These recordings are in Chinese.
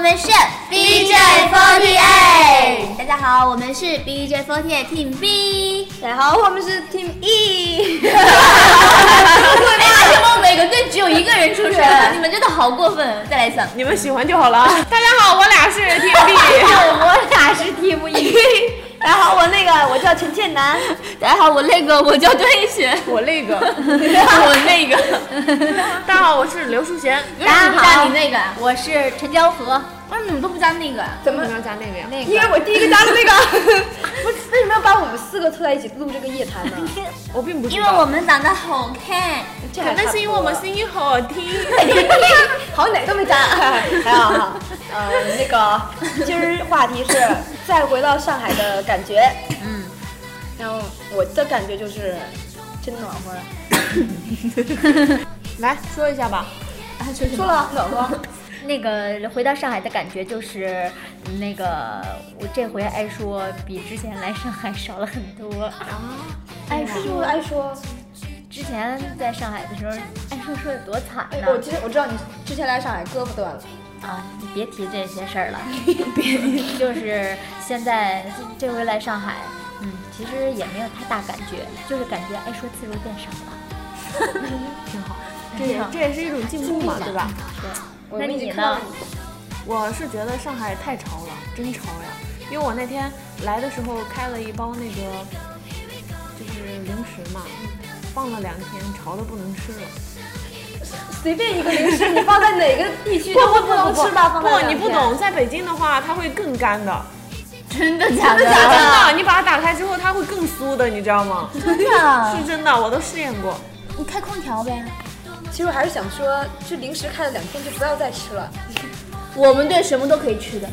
们是 BJ48 大家好，我们是 BJ48 Team B。大家好，我们是 Team E。哎，而且我们每个队只有一个人出声，你们真的好过分！再来一 次。你们喜欢就好 了。大家好，我俩是 TMB。我俩是 Team E。大家好，我那个我叫陈建南。大家好，我那个我叫段奕璇，我那个， 我那个。 大家好，我是刘淑贤。为什么不加你那个？啊我是陈江河。为什么你们都不加那个？怎么要加那个呀？因为我第一个加的那个，不是为什么要把我们四个凑在一起录这个夜谈呢？我并不知因道为我们长得好看。这可还能是因为我们声音好听。好哪都没加，还好还好。呃，那个今儿话题是再回到上海的感觉。嗯，然后我的感觉就是真暖和。 来说一下吧。说了暖和， 那个回到上海的感觉就是，那个我这回爱说比之前来上海少了很多。哦爱说爱说。之前在上海的时候，爱说说的多惨哎，呢我。其实我知道你之前来上海胳膊断了，啊，你别提这些事儿了。 就是现在这回来上海，嗯，其实也没有太大感觉，就是感觉爱说次数变少了，挺好。这也这也是一种进步嘛，对吧？我那们已你经呢看到你我是觉得上海太潮了，真潮呀！因为我那天来的时候开了一包那个就是零食嘛，放了两天，潮的不能吃了。随便一个零食，你放在哪个地区不都不不能吃吧？放在不，两你不天懂，在北京的话，它会更干的。真的假的？ 真的，啊你把它打开之后，它会更酥的，你知道吗？嗯真的。是真的，我都试验过。你开空调呗。其实我还是想说，就零食开了两天就不要再吃了，我们队什么都可以吃的。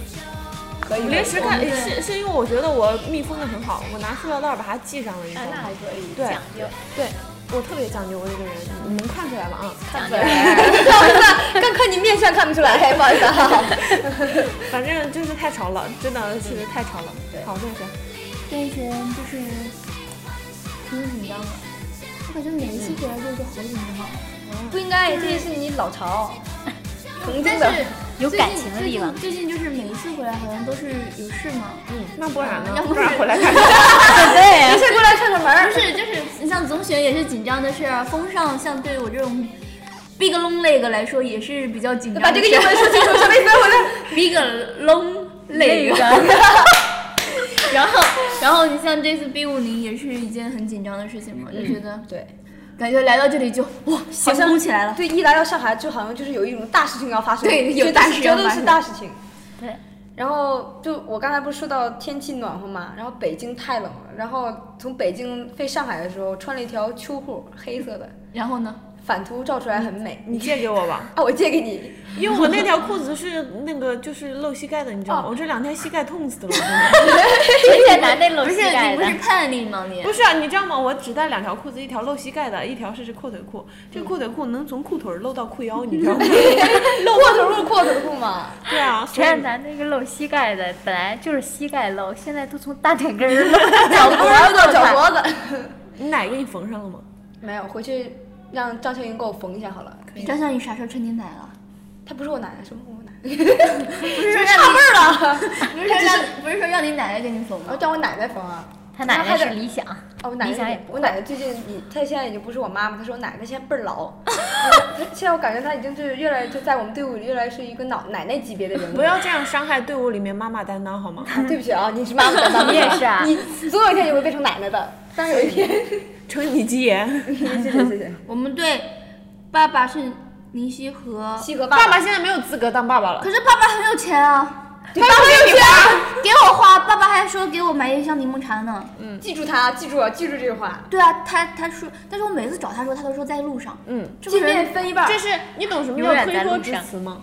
可以吗。零食看是是因为我觉得我密封的很好，我拿塑料袋把它系上了，嗯你知道吗？可以，对，对，我特别讲究我这个人，你能看出来吧？啊，看出来，刚看你面相看不出来，不好意思啊。反正就是太潮了，真的是太潮了。嗯对好，段璇，这一群就是挺紧张的，我感觉每一次回来都是好紧张。不应该，这也是你老巢，曾经但的是有最近感情的地方。最近最近就是每一次回来好像都是有事嘛，嗯那不然呢要？不不然是回来看看。 没事过来串串门不儿。是就是你像总选也是紧张的事儿啊，风尚像对我这种 big long leg 来说也是比较紧张的把事这儿。个英文说清楚，什么意思？我这 big long leg。然后，然后你像这次 B 五零也是一件很紧张的事情嘛，就觉得对，感觉来到这里就哇好行像动起来了。对，一来到上海就好像就是有一种大事情要发生，对有觉得大是事觉要得发是生大事情。对。然后就我刚才不是说到天气暖和嘛，然后北京太冷了，然后从北京飞上海的时候穿了一条秋裤，黑色的，然后呢？反图照出来很美。嗯你借给我吧，啊，我借给 你，因为我那条裤子是那个就是露膝盖的，你知哦道吗？我这两天膝盖痛死了，真的。陈建南那露不膝是盖你不的是，叛逆吗你？不是啊，你知道吗？我只带两条裤子，一条露膝盖的，一条是这阔腿裤。这阔腿裤能从裤腿儿露到裤腰，你知道吗？ 阔腿裤，阔腿裤嘛。对啊，陈所以建南那个露膝盖的，本来就是膝盖露，现在都从大腿根儿露到 脚脖儿露到出来 脚脖子。 你奶给你缝上了吗？没有，回去让张秀英给我缝一下好了。张小雨啥时候称斤奶了？她不是我奶奶，什么我奶奶？ 不是说让你不是说让不是说让你奶奶给你缝然后吗？让我奶奶缝啊。 他奶奶是理想，哦，我奶理想奶也也，不我奶奶最近已，她现在已经不是我妈妈，她是我奶奶，现在倍儿 老。她现在我感觉她已经就是越来就在我们队伍里越来是一个老奶奶级别的人物。 不要这样伤害队伍里面妈妈担当好吗？啊对不起啊，你是妈妈担当， 你也是啊你总有一天你会变成奶奶的。当然有一天。承你吉言。 谢谢谢 谢。我们队爸爸是林夕和，西河爸爸爸，现在没有资格当爸爸了，可是爸爸很有钱啊，爸爸没有钱。给我花，爸爸还说给我买一箱柠檬茶呢。记住他，记住啊，记住这句话。对啊，他他说，但是我每次找他说，他都说在路上。嗯，这个见面人，分一半儿这。是你懂什么永叫远推在脱路之上词吗？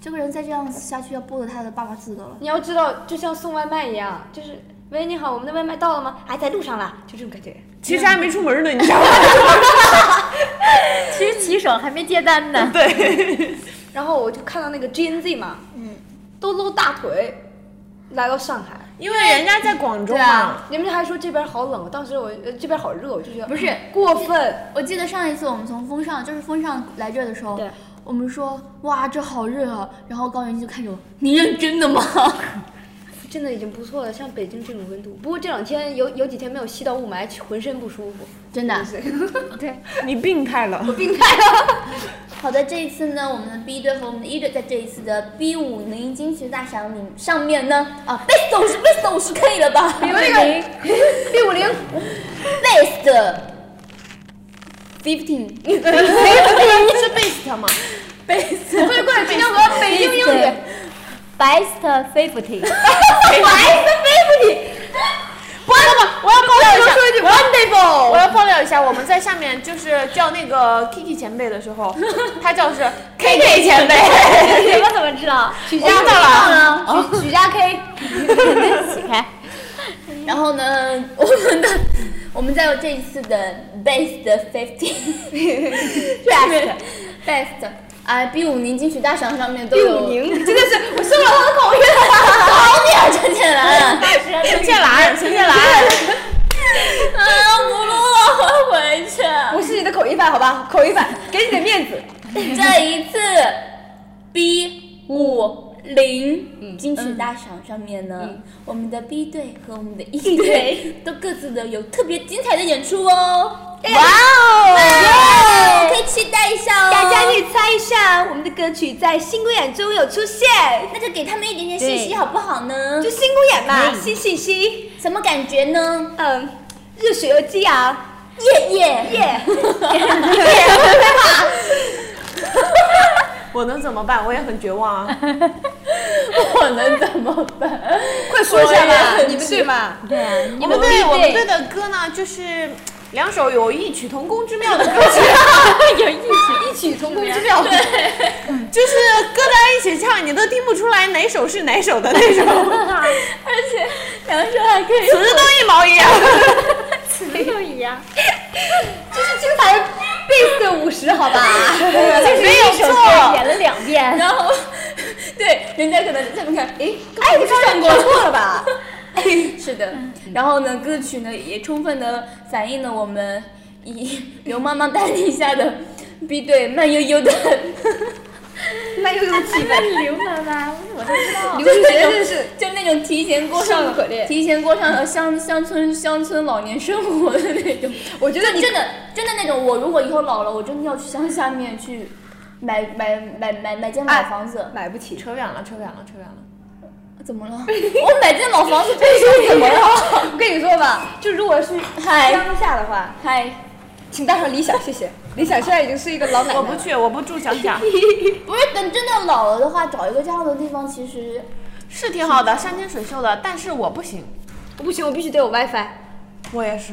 这个人再这样子下去，要剥夺他的爸爸资格了。你要知道，就像送外卖一样，就是喂，你好，我们的外卖到了吗？哎，在路上啦，就这种感觉。其实还没出门呢，你知道吗？ 其实骑手还没接单呢。对，然后我就看到那个 GNZ 嘛，嗯，都露大腿来到上海，因为人家在广州对嘛啊。人们还说这边好冷，当时我呃这边好热，我就觉得不是过分，我记得上一次我们从风尚，就是风尚来这儿的时候对，我们说哇这好热啊，然后高原就看着我，你认真的吗？ 真的已经不错了，像北京这种温度。不过这两天有有几天没有吸到雾霾，浑身不舒 服。真的。你病态了，好的，这一次呢，我们的 B 队和我们的 E 队在这一次的 B 五零金曲大赏里上面呢，啊，best 五十 best 五十可以了吧有那个 B 五零， ？best fifteen 是 best 吗？快快，这叫什么北京英语？ best 不 fifty，要不，我要爆料一下，wonderful！我要爆料一下，我们在下面就是叫那个 Kiki 前辈的时 候，他叫是 KK 前辈，我怎么知道？我知道了。许许佳 K，起开，然后呢， 我们的我们在这一次的 Best Fifteen Best Best 啊 B 五零金曲大赏上面都有。 宁，嗯好鸟陈建兰，陈建兰，陈建兰，啊，不录了，我回去。我是你的口译版，好吧？口译版，给你点面子。这一次 B 五零金曲大赏上面呢，我们的 B 队和我们的嗯 E 队都各自的有特别精彩的演出哦。哇哦！可以期待一下哦。大家可以猜一下，我们的歌曲在新公演中有出现，那就给他们一点点信息好不好呢就？新公演嘛，新信息，什么感觉呢？嗯，热水又激昂，耶耶耶！我能怎么办？我也很绝望 啊。我能怎么办？快说一下吧，你们对吗？我啊们队我们队的歌呢，就是两首有异曲同工之妙的歌曲，异曲同工之妙。就是搁在一起唱，你都听不出来哪首是哪首的那种， 而且两首还可以词都一毛一样。没有一样。就是精彩 base 五十，好吧？ 没有首错歌演了两 遍，然后， 对，人家可能在那看，诶，哎，你唱过错了 吧？ 是的。然后呢，歌曲呢也充分的反映了我们以刘妈妈带领下的 B 队慢悠悠 的慢悠悠的气氛， 刘妈妈，我都知道。你们觉得这是 就那种提前过上势不可了猎提前过上了乡乡村乡村老年生活的那种。我觉得 真的真的那种，我如果以后老了，我真的要去乡下面去买买买买买间老房子。买不起？扯远了，扯远了，扯远了。怎么了？ 我买间老房子，这是怎么了？我跟你说吧，就如果是 嗨乡下的话，嗨，请带上理想，谢谢。理想现在已经是一个老奶奶我不了，去，我不住乡下，不是等真的老了的话，找一个这样的地方，其实是挺好的，山清水秀的，但是我不行。我不行，我必须得有 WiFi。我也是，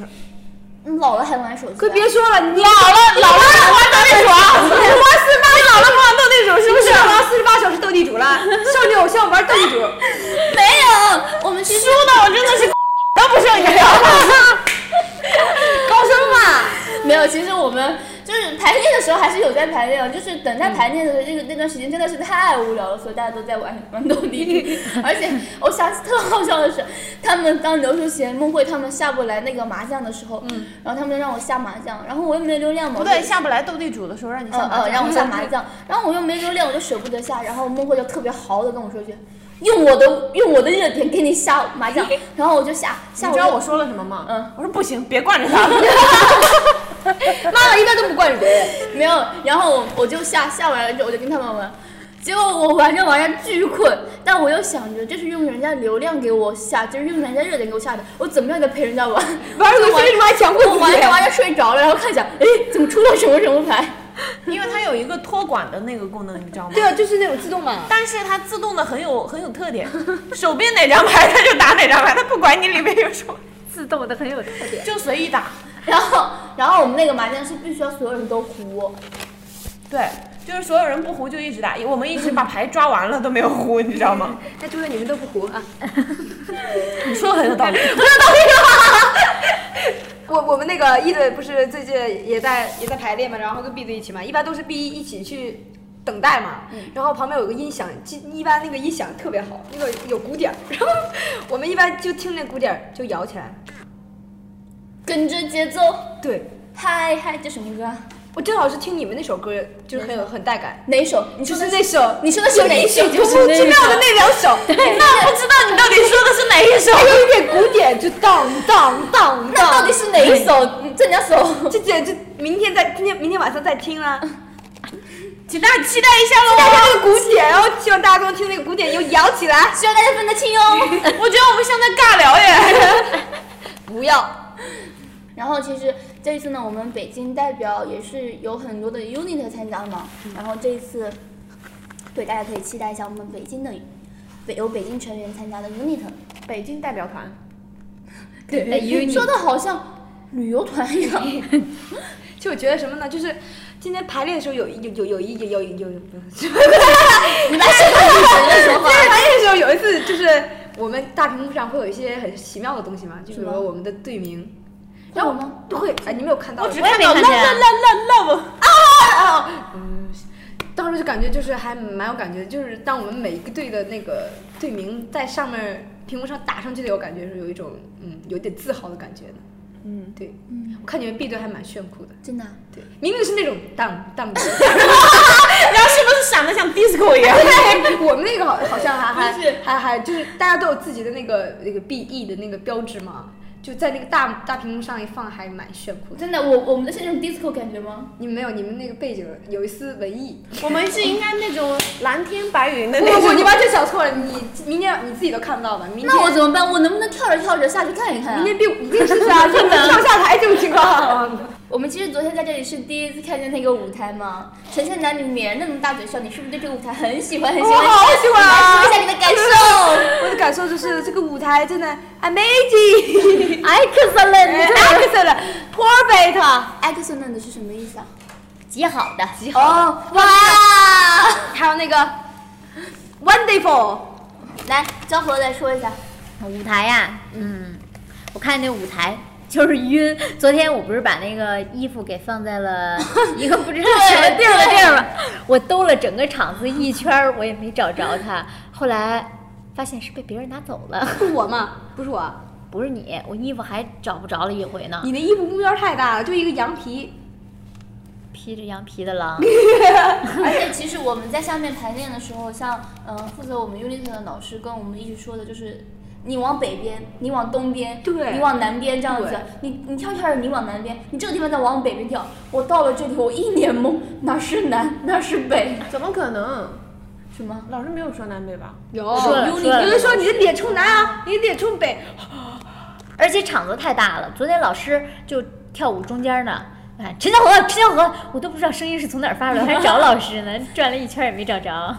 嗯老了还玩手机啊。快别说了，你老了老了还玩斗地主啊，我四八，你老了不玩斗地主是不不是是？玩四十八小时斗地主了，少女偶像玩斗地主，没有，我们其实输的我真的是 都不剩一条。高升嘛， 没有，其实我们就是排练的时候还是有在排练，啊就是等在排练的时候，这个那段时间真的是太无聊了，所以大家都在玩 玩斗地主。而且我想起特好笑的是，他们当刘淑贤、孟慧他们下不来那个麻将的时候，嗯，然后他们让我下麻将，然后我又没有流量嘛，不我对，就。下不来斗地主的时候让你呃下麻呃，将，让我下麻将，然后我又没流量，我就舍不得下，然后孟慧就特别豪的跟我说一句，用我的用我的热点给你下麻 将，然后我就下下你我知就道我说了什么吗？嗯，我说不行，别惯着他 了。妈妈一般都不惯着别人，没有，然后我就下下完了之后，我就跟他们玩，结果我玩着玩着巨困，但我又想着这是用人家流量给我下，就是用人家热点给我下的，我怎么样也得陪人家玩。 玩游戏为什么还强迫自我玩啊着己？玩着睡着了，然后看一下，哎，怎么出了什么什么牌？ 因为它有一个托管的那个功能，你知道吗？对啊，就是那种自动嘛。 但是它自动的很有很有特点，手边哪张牌它就打哪张牌，它不管你里面有什么，自动的很有特点。就随意打。然后，然后我们那个麻将是必须要所有人都胡，对，就是所有人不胡就一直打，我们一直把牌抓完了都没有胡，你知道吗？ 那除了你们都不胡啊，你说的很有道理。我我们那个一队不是最近也在也在排练嘛，然后跟 B 队一起嘛，一般都是 B 一起去等待嘛，嗯然后旁边有个音响，一一般那个音响特别好，那个有鼓点儿， 然后我们一般就听那鼓点儿就摇起来，跟着节奏，对，嗨嗨，这什么歌啊？我正好是听你们那首歌，就是很有很带感，哪一首？你就说是的那首，你说的是哪一首？就莫名其妙的那两首， 那不知道你到底说的是哪一首，有一点古典，就当当当那到当底，是哪一首？你这两首，这这这，明天再今天明天晚上再听啊啦。请大家期待一下大家那个古典，然后希望大家都能听那个古典又摇起来。希望大家分得清哦。喽！我觉得我们像在尬聊耶。不要，然后其实这一次呢，我们北京代表也是有很多的 unit 参加嘛。然后这一次，对大家可以期待一下我们北京的北有北京成员参加的 unit。北京代表团，对，说的好像旅游团一样。就我觉得什么呢？就是今天排练的时候有有有有一有有有，有你来说说你们的说 今法。天排练的时候有一次就是我们大屏幕上会有一些很奇妙的东西嘛，就比如什么说我们的队名，会有吗？都会哎你没有看到，我只我也没看见啊。当时就感觉就是还蛮有感觉，就是当我们每一个队的那个队名在上面屏幕上打上去的，有感觉是有一种嗯有点自豪的感觉的。嗯，对，我看你们 B 队还蛮炫酷的，真的啊，对，明明是那种当当 当。然后是不是闪的像 disco 一样？对，我们那个好好像还还还还就是大家都有自己的那个那个 B E 的那个标志嘛，就在那个大大屏幕上一放，还蛮炫酷的。真的，我我们的是那种 disco 感觉吗？你们没有，你们那个背景有一丝文艺。我们是应该那种蓝天白云的不那不，种。你完全想错了，你明天你自己都看不到了。明天那我怎么办？我能不能跳着跳着下去看一看啊明？天 B 一定是啊， 就能跳下台这种情况。啊我们其实昨天在这里是第一次看见那个舞台嘛。陈倩楠，你连那么大嘴笑，你是不是对这个舞台很喜欢很喜 我欢？好喜欢啊来说一下你的感受。 我的感受就是这个舞台真的哎 amazing，excellent，perfect。 excellent 是什么意思啊？极好的，极哦，哇！还有那个 wonderful。来，昭和来说一 下。舞台呀、嗯，我看那舞台就是晕。 昨天我不是把那个衣服给放在 了一个不知道什么地儿的地儿吗？我兜了整个场子一圈儿，我也没找着它。后来发现是被别人拿走 了，不是我吗？不是我，不是你，我衣服还找不着了一回呢。你的衣服目标太大了，就一个羊皮。披着羊皮的狼，而且其实我们在下面排练的时候，像嗯、呃负责我们 unit 的老师跟我们一直说的就是。你往北边，你往东边，对你往南边这样子对，你你跳一跳着，你往南边，你这个地方再往北边跳。我到了这里，我一脸懵，哪是南，哪是北？怎么可能？什么？老师没有说南北吧？有，说了说了哦有人说你的脸冲南啊，你的脸冲北。而且场子太大了。昨天老师就跳舞中间呢。哎，陈小河，陈小河，我都不知道声音是从哪儿发出来，还找老师呢，转了一圈也没找着。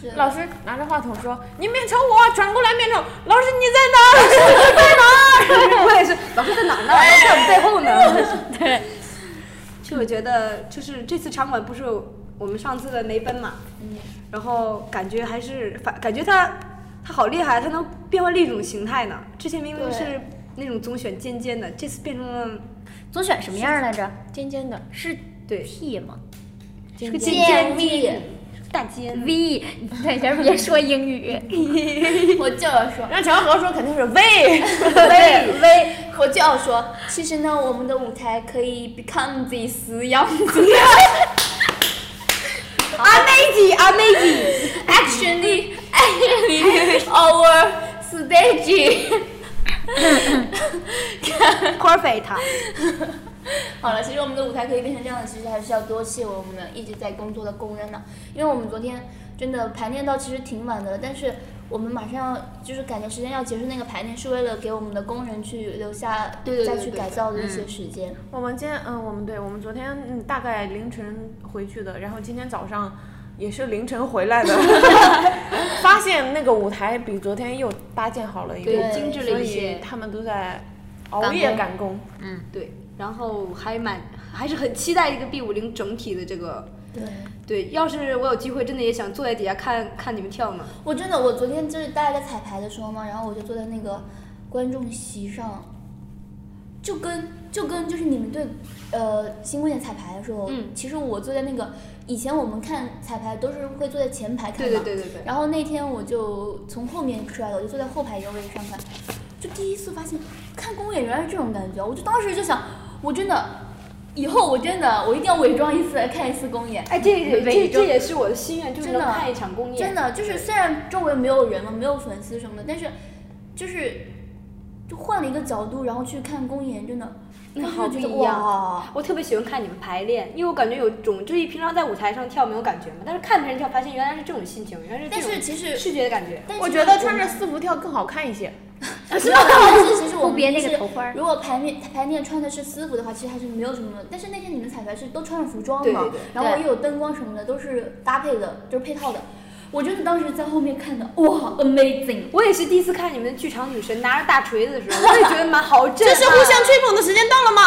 是老师拿着话筒说：“你面朝我，转过来面朝。”老师你在哪儿？ 我也是，老师在哪儿呢？老师在我们背后呢。对，就我觉得，就是这次场馆不是我们上次的梅奔嘛，然后感觉还是反，感觉他他好厉害，他能变换另一种形态呢。之前明明是那种总选尖尖的，这次变成了总选什么样来着？尖尖的，是对 T 吗这个建尖立，大尖。 ？V，你在前别说 英语。我就要说，让乔和说肯定是 V。微微，我就要说，其实呢，我们的舞台可以 become this 样 子 Amazing, amazing。 ，actually actually our stage。 perfect。好了，其实我们的舞台可以变成这样的，其实还是要多谢我们一直在工作的工人呢、因为我们昨天真的排练到其实挺晚的了，但是我们马上要就是赶着时间要结束那个排练，是为了给我们的工人去留下对对对再去对改造的一些时间。我们今天，嗯，我们对，我们昨天嗯大概凌晨回去的，然后今天早上也是凌晨回来 的，发现那个舞台比昨天又搭建好了一对个，精致了所一以些他们都在熬夜赶工。对，然后还蛮还是很期待这个 B 五零整体的这个。对。对，要是我有机会，真的也想坐在底下看看你们跳呢。我真的，我昨天就是大家在彩排的时候嘛，然后我就坐在那个观众席上，就跟就跟就是你们对呃新观点彩排的时候，嗯其实我坐在那个以前我们看彩排都是会坐在前排看对嘛，对对对对。然后那天我就从后面摔了，我就坐在后排一个位置上看，就第一次发现看公演原来是这种感觉，我就当时就想，我真的以后我真的我一定要伪装一次来看一次公演。哎，这这伪这装这也是我的心愿，就是真能的看一场公演。真的就是虽然周围没有人了，没有粉丝什么的，但是就是就换了一个角度，然后去看公演，真的那当时好就不觉得一样哇，我特别喜欢看你们排练，因为我感觉有种就是平常在舞台上跳没有感觉嘛，但是看别人跳，发现原来是这种心情，原来是这但种是其实视觉的感觉。但是我觉得穿着私服跳更好看一些。是吧？但是其实我不们别就那个是头花儿如果排练排练穿的是私服的话，其实还是没有什么。但是那天你们彩排是都穿着服装嘛，对对对然后也有灯光什么的，都是搭配的，就是配套的。我真的当时在后面看的，哇，amazing！我也是第一次看你们剧场女神拿着大锤子的时候，我也觉得蛮好震 这撼。是互相吹捧的时间到了 吗？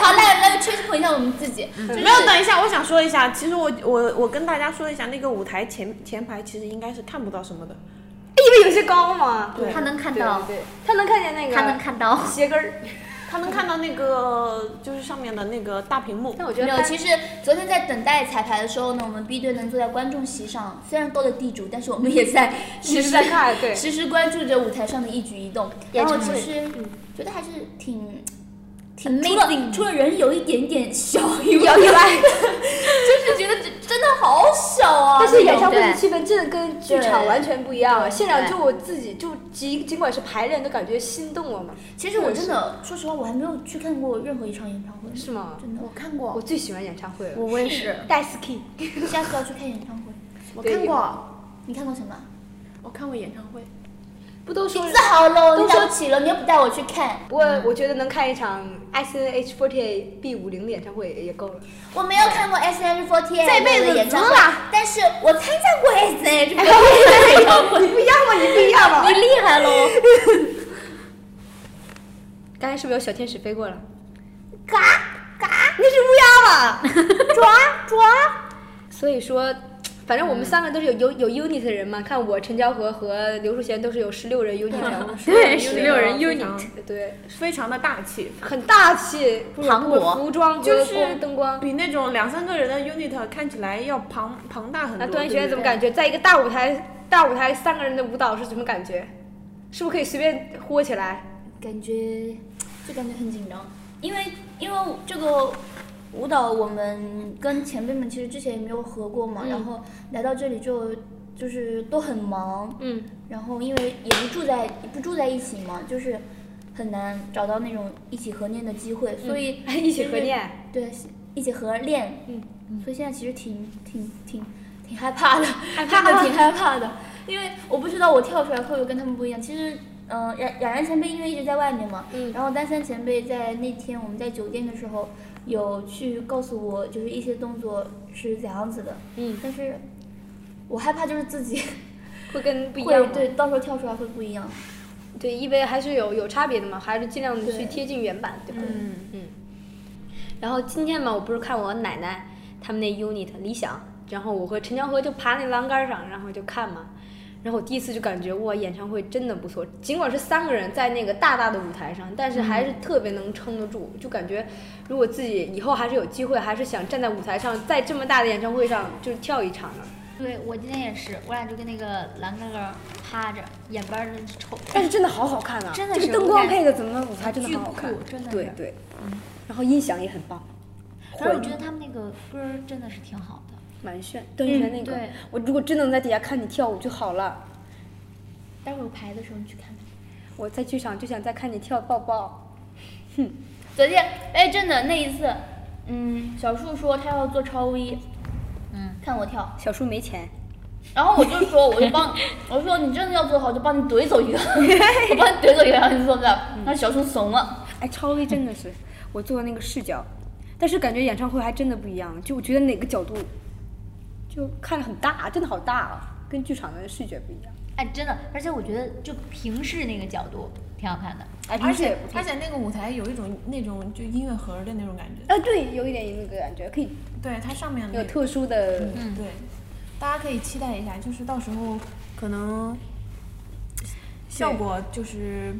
好，来来吹捧一下我们自己，就是没有，等一下，我想说一下，其实我我我跟大家说一下，那个舞台前前排其实应该是看不到什么的，因为有些高嘛，对他能看到，对，对他能看见那个，他能看到。鞋跟儿。他能看到那个就是上面的那个大屏幕。但我觉没得有，他其实昨天在等待彩排的时候呢，我们 B 队能坐在观众席上，虽然斗了地主，但是我们也在一实直时在看 对实时关注着舞台上的一举一动。也然后成其为实嗯觉得还是挺挺除了除了人有一点点小以外， 就是觉得真的好小啊。但是那演种唱会的对气氛真的跟剧场对完全不一样，啊现场对就我自己就尽尽管是排练，都感觉心动了嘛，其实我真的说实话，我还没有去看过任何一场演唱会，是吗？真的。我看过我，最喜欢演唱会了，我也是，带 ski。下次要去看演唱会，我对看过，你看过什么？我看过演唱会。不都说自豪喽，都你说了不起了，你又不带我去看。不过我觉得能看一场 S N H forty B 五零的演唱会也 够了。我没有看过 S H 4 8这辈子演唱值会了，但是我参加过 S H 4 8 你不一样吗？你不一样吗？厉害喽！ 刚才是不是有小天使飞过了？嘎嘎，那是乌鸦吧？抓抓，所以说，反正我们嗯三个都是有有有 unit 的人嘛。看我陈昭和和刘淑贤都是有十六人 unit，对16 unit 对，非常的大气，很大气，磅礴服装就和是光灯光。比那种两三个人的 unit 看起来要庞庞大很那多。对段奕不璇对怎么感觉在一个大舞台大舞台三个人的舞蹈是什么感觉？是不是可以随便豁起来？感觉就感觉很紧张，因为因为这个舞蹈我们跟前辈们其实之前也没有合过嗯嘛，然后来到这里就就是都很忙，嗯，然后因为也不住在也不住在一起嘛，就是很难找到那种一起合练的机会，嗯所以 一起合其实练。对，一起合练，嗯，所以现在其实挺挺挺挺害怕的， 害怕的挺害怕的，因为我不知道我跳出来会不会跟他们不一样。其实，嗯、呃，雅雅然前辈因为一直在外面嘛，嗯然后丹三前辈在那天我们在酒店的时候有去告诉我，就是一些动作是怎样子的，嗯，但是我害怕就是自己会跟不一样会吗对到时候跳出来会不一样。对，因为还是有有差别的嘛，还是尽量的去对贴近原版，对吧？嗯。然后今天嘛，我不是看我奶奶他们那 unit 理想，然后我和陈江河就爬那栏杆上，然后就看嘛。然后我第一次就感觉哇，演唱会真的不错，尽管是三个人在那个大大的舞台上，但是还是特别能撑得住。就感觉如果自己以后还是有机会，还是想站在舞台上，在这么大的演唱会上就是跳一场的。对我今天也是，我俩就跟那个蓝哥哥趴着，眼巴儿的瞅，但是真的好好看啊！真的这个是灯我光感觉配的怎么舞台真的巨很好看酷，真的对是对，然后音响也很棒，而我觉得他们那个歌儿真的是挺好的。蛮炫。段奕璇那个对，我如果真能在底下看你跳舞就好了。待会儿排的时候你去看吧。我在剧场就想再看你跳抱抱。昨天，哎，真的那一次，嗯，小树说他要做超 V，嗯，看我跳。小叔没钱，然后我就说，我就帮， 我说你真的要做好，我就帮你怼走一 个，我帮你怼走一个，然后你做不到。然后小树怂了，哎，超威真的是 我做的那个视角，但是感觉演唱会还真的不一样，就我觉得哪个角度就看着很大，真的好大啊，跟剧场的视觉不一样。哎，真的，而且我觉得就平视那个角度挺好看的。哎，而且而且那个舞台有一种那种就音乐盒的那种感觉，啊，对，有一点那个感觉，可以对它上面那有个特殊的，对，大家可以期待一下，就是到时候可能效果就是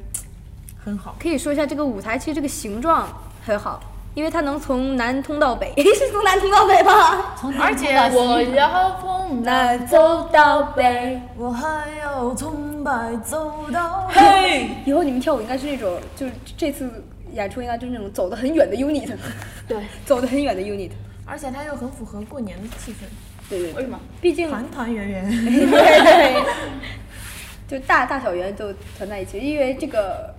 很好。可以说一下这个舞台，其实这个形状很好，因为它能从南通到北， 是从南通到北吧？从而南且啊通到我西要从南走到北，我还要从白走到黑。以后你们跳舞应该是那种，就是这次演出应该就是那种走得很远的 unit，对， 走得很远的 unit， 而且它又很符合过年的气 氛，对对为对，什么？毕竟团团圆圆。 对对，就大大小圆都团在一起，因为这个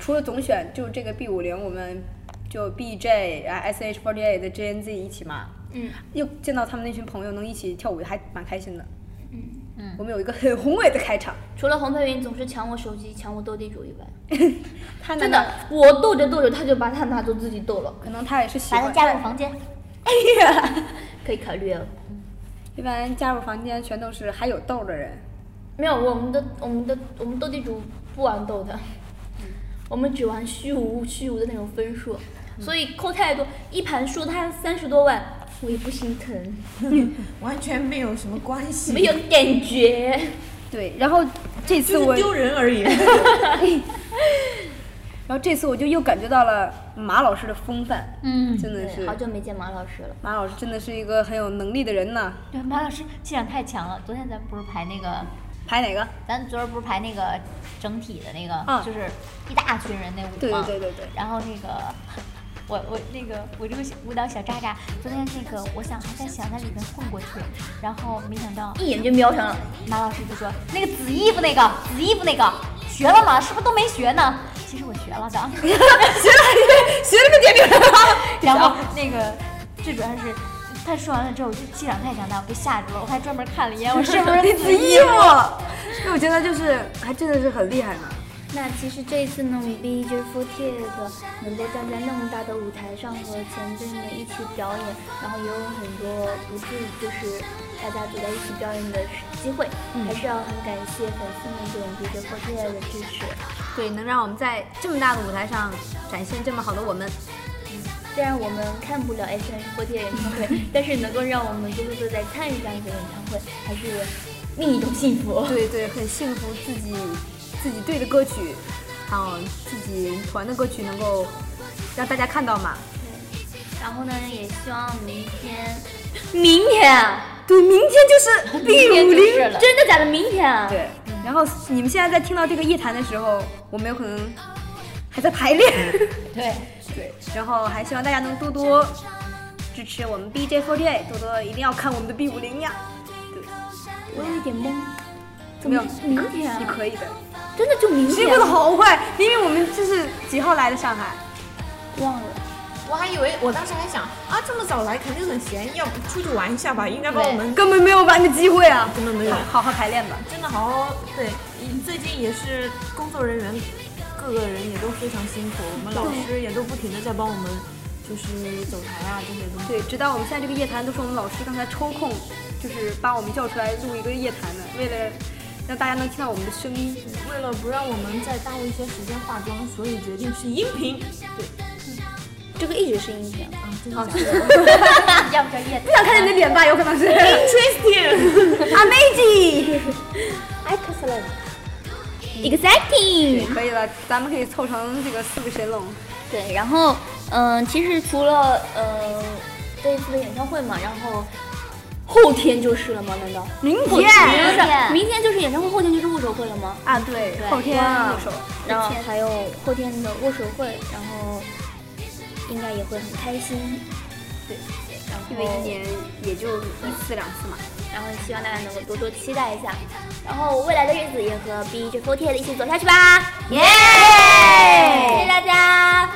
除了总选，就这个 B 五零，我们就 BJ 啊 SH48 的 JNZ 一起嘛，嗯，又见到他们那群朋友能一起跳舞，还蛮开心的。嗯嗯我们有一个很宏伟的开场，除了黄佩云总是抢我手机、抢我斗地主以外，他真呢的，我斗着斗着他就把他拿走自己斗了，可能他也是喜把他欢加入房间。可以考虑哦。一般加入房间全都是还有豆的人，没有，我们的我们的我们斗地主不玩斗的，我们只玩虚无虚无的那种分数，所以扣太多，一盘输他三十多万，我也不心疼，完全没有什么关系，没有感觉。对。然后这次就我是，丢人 而已。然后这次我就又感觉到了马老师的风范，嗯，真的对，是好久没见马老师了，马老师真的是一个很有能力的人呢。对，马老师气场太强了。昨天咱不是排那个，排哪个？咱昨儿不是排那个整体的那个，啊就是一大群人那舞对嘛。对对对对。 然后那个， 我我那个我这个小舞蹈小渣渣，昨天那个我想还在想在里面混过去，然后没想到一眼就瞄上了。马老师就说那个紫衣服那个紫衣服那个学了吗？是不是都没学呢？其实我学了 的。学了，学了个煎饼。然后那个最主要是他说完了之后，我就气场太强大，我被吓住了。我还专门看了一眼，我是不是紫衣服，那我觉得就是还真的是很厉害呢。那其实这一次呢，我们 b e j f o r t e 的能够站在那么大的舞台上和前辈们一起表演，然后也有很多不是就是大家组在一起表演的机会，嗯还是要很感谢粉丝们对我们 b j f o r t e 的支持。对，能让我们在这么大的舞台上展现这么好的我们，虽然我们看不了 H N 4 T 演唱 会，但是能够让我们就是说在参与这样一个演唱会，还是另一种幸福。对对，很幸福自己自己队的歌曲，还有自己团的歌曲能够让大家看到嘛。然后呢，也希望明天， 明天啊，对，明天就是 B 五零。真的假的？明天啊，对，嗯然后你们现在在听到这个夜谈的时候，我们有可能还在排练。对， 对，然后还希望大家能多多支持我们 BJ48，多多一定要看我们的 B 五零呀。啊我有一点懵，怎么样？明天嗯你啊，可以的。真的就明时间天啊过得好快，明明我们这是几号来的上海？忘了。我还以为，我当时还想啊，这么早来肯定很闲，要不出去玩一下吧？应该把我们根本没有玩的机会啊！根本没有好好排练吧。真的好好对，嗯最近也是工作人员各个人也都非常辛苦，我们老师也都不停的在帮我们，就是走台啊这些东西。对，直到我们现在这个夜谈都是我们老师刚才抽空，就是把我们叫出来录一个夜谈的，为了让大家能听到我们的声音。为了不让我们再耽误一些时间化妆，所以决定是音频。这个一直是音频啊，啊，真的假的？要不叫叶子不。想看见你的脸吧，有可能是。 Interesting。 Amazing。嗯 Exciting！可以了，咱们可以凑成这个四个神龙。对，然后嗯、呃其实除了呃这一次的演唱会嘛，然后后天就是了吗？难道？明后天不明是，天明天就是演唱会，后天就是握手会了吗？啊，对，后天哇握手。然后还有后天的握手会，然后应该也会很开心。因为一年也就一次两次嘛。然后希望大家能够多多期待一下，然后未来的日子也和 B J f o r t e 一起走下去吧，耶！谢谢大家，